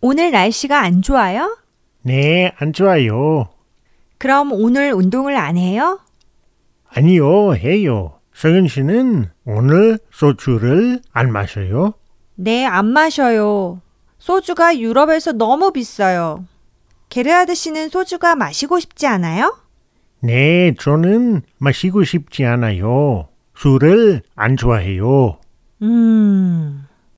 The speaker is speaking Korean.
오늘 날씨가 안 좋아요? 네, 안 좋아요. 그럼 오늘 운동을 안 해요? 아니요, 해요. 서윤 씨는 오늘 소주를 안 마셔요? 네, 안 마셔요. 소주가 유럽에서 너무 비싸요. 게르하드 씨는 소주가 마시고 싶지 않아요? 네, 저는 마시고 싶지 않아요. 술을 안 좋아해요. 음.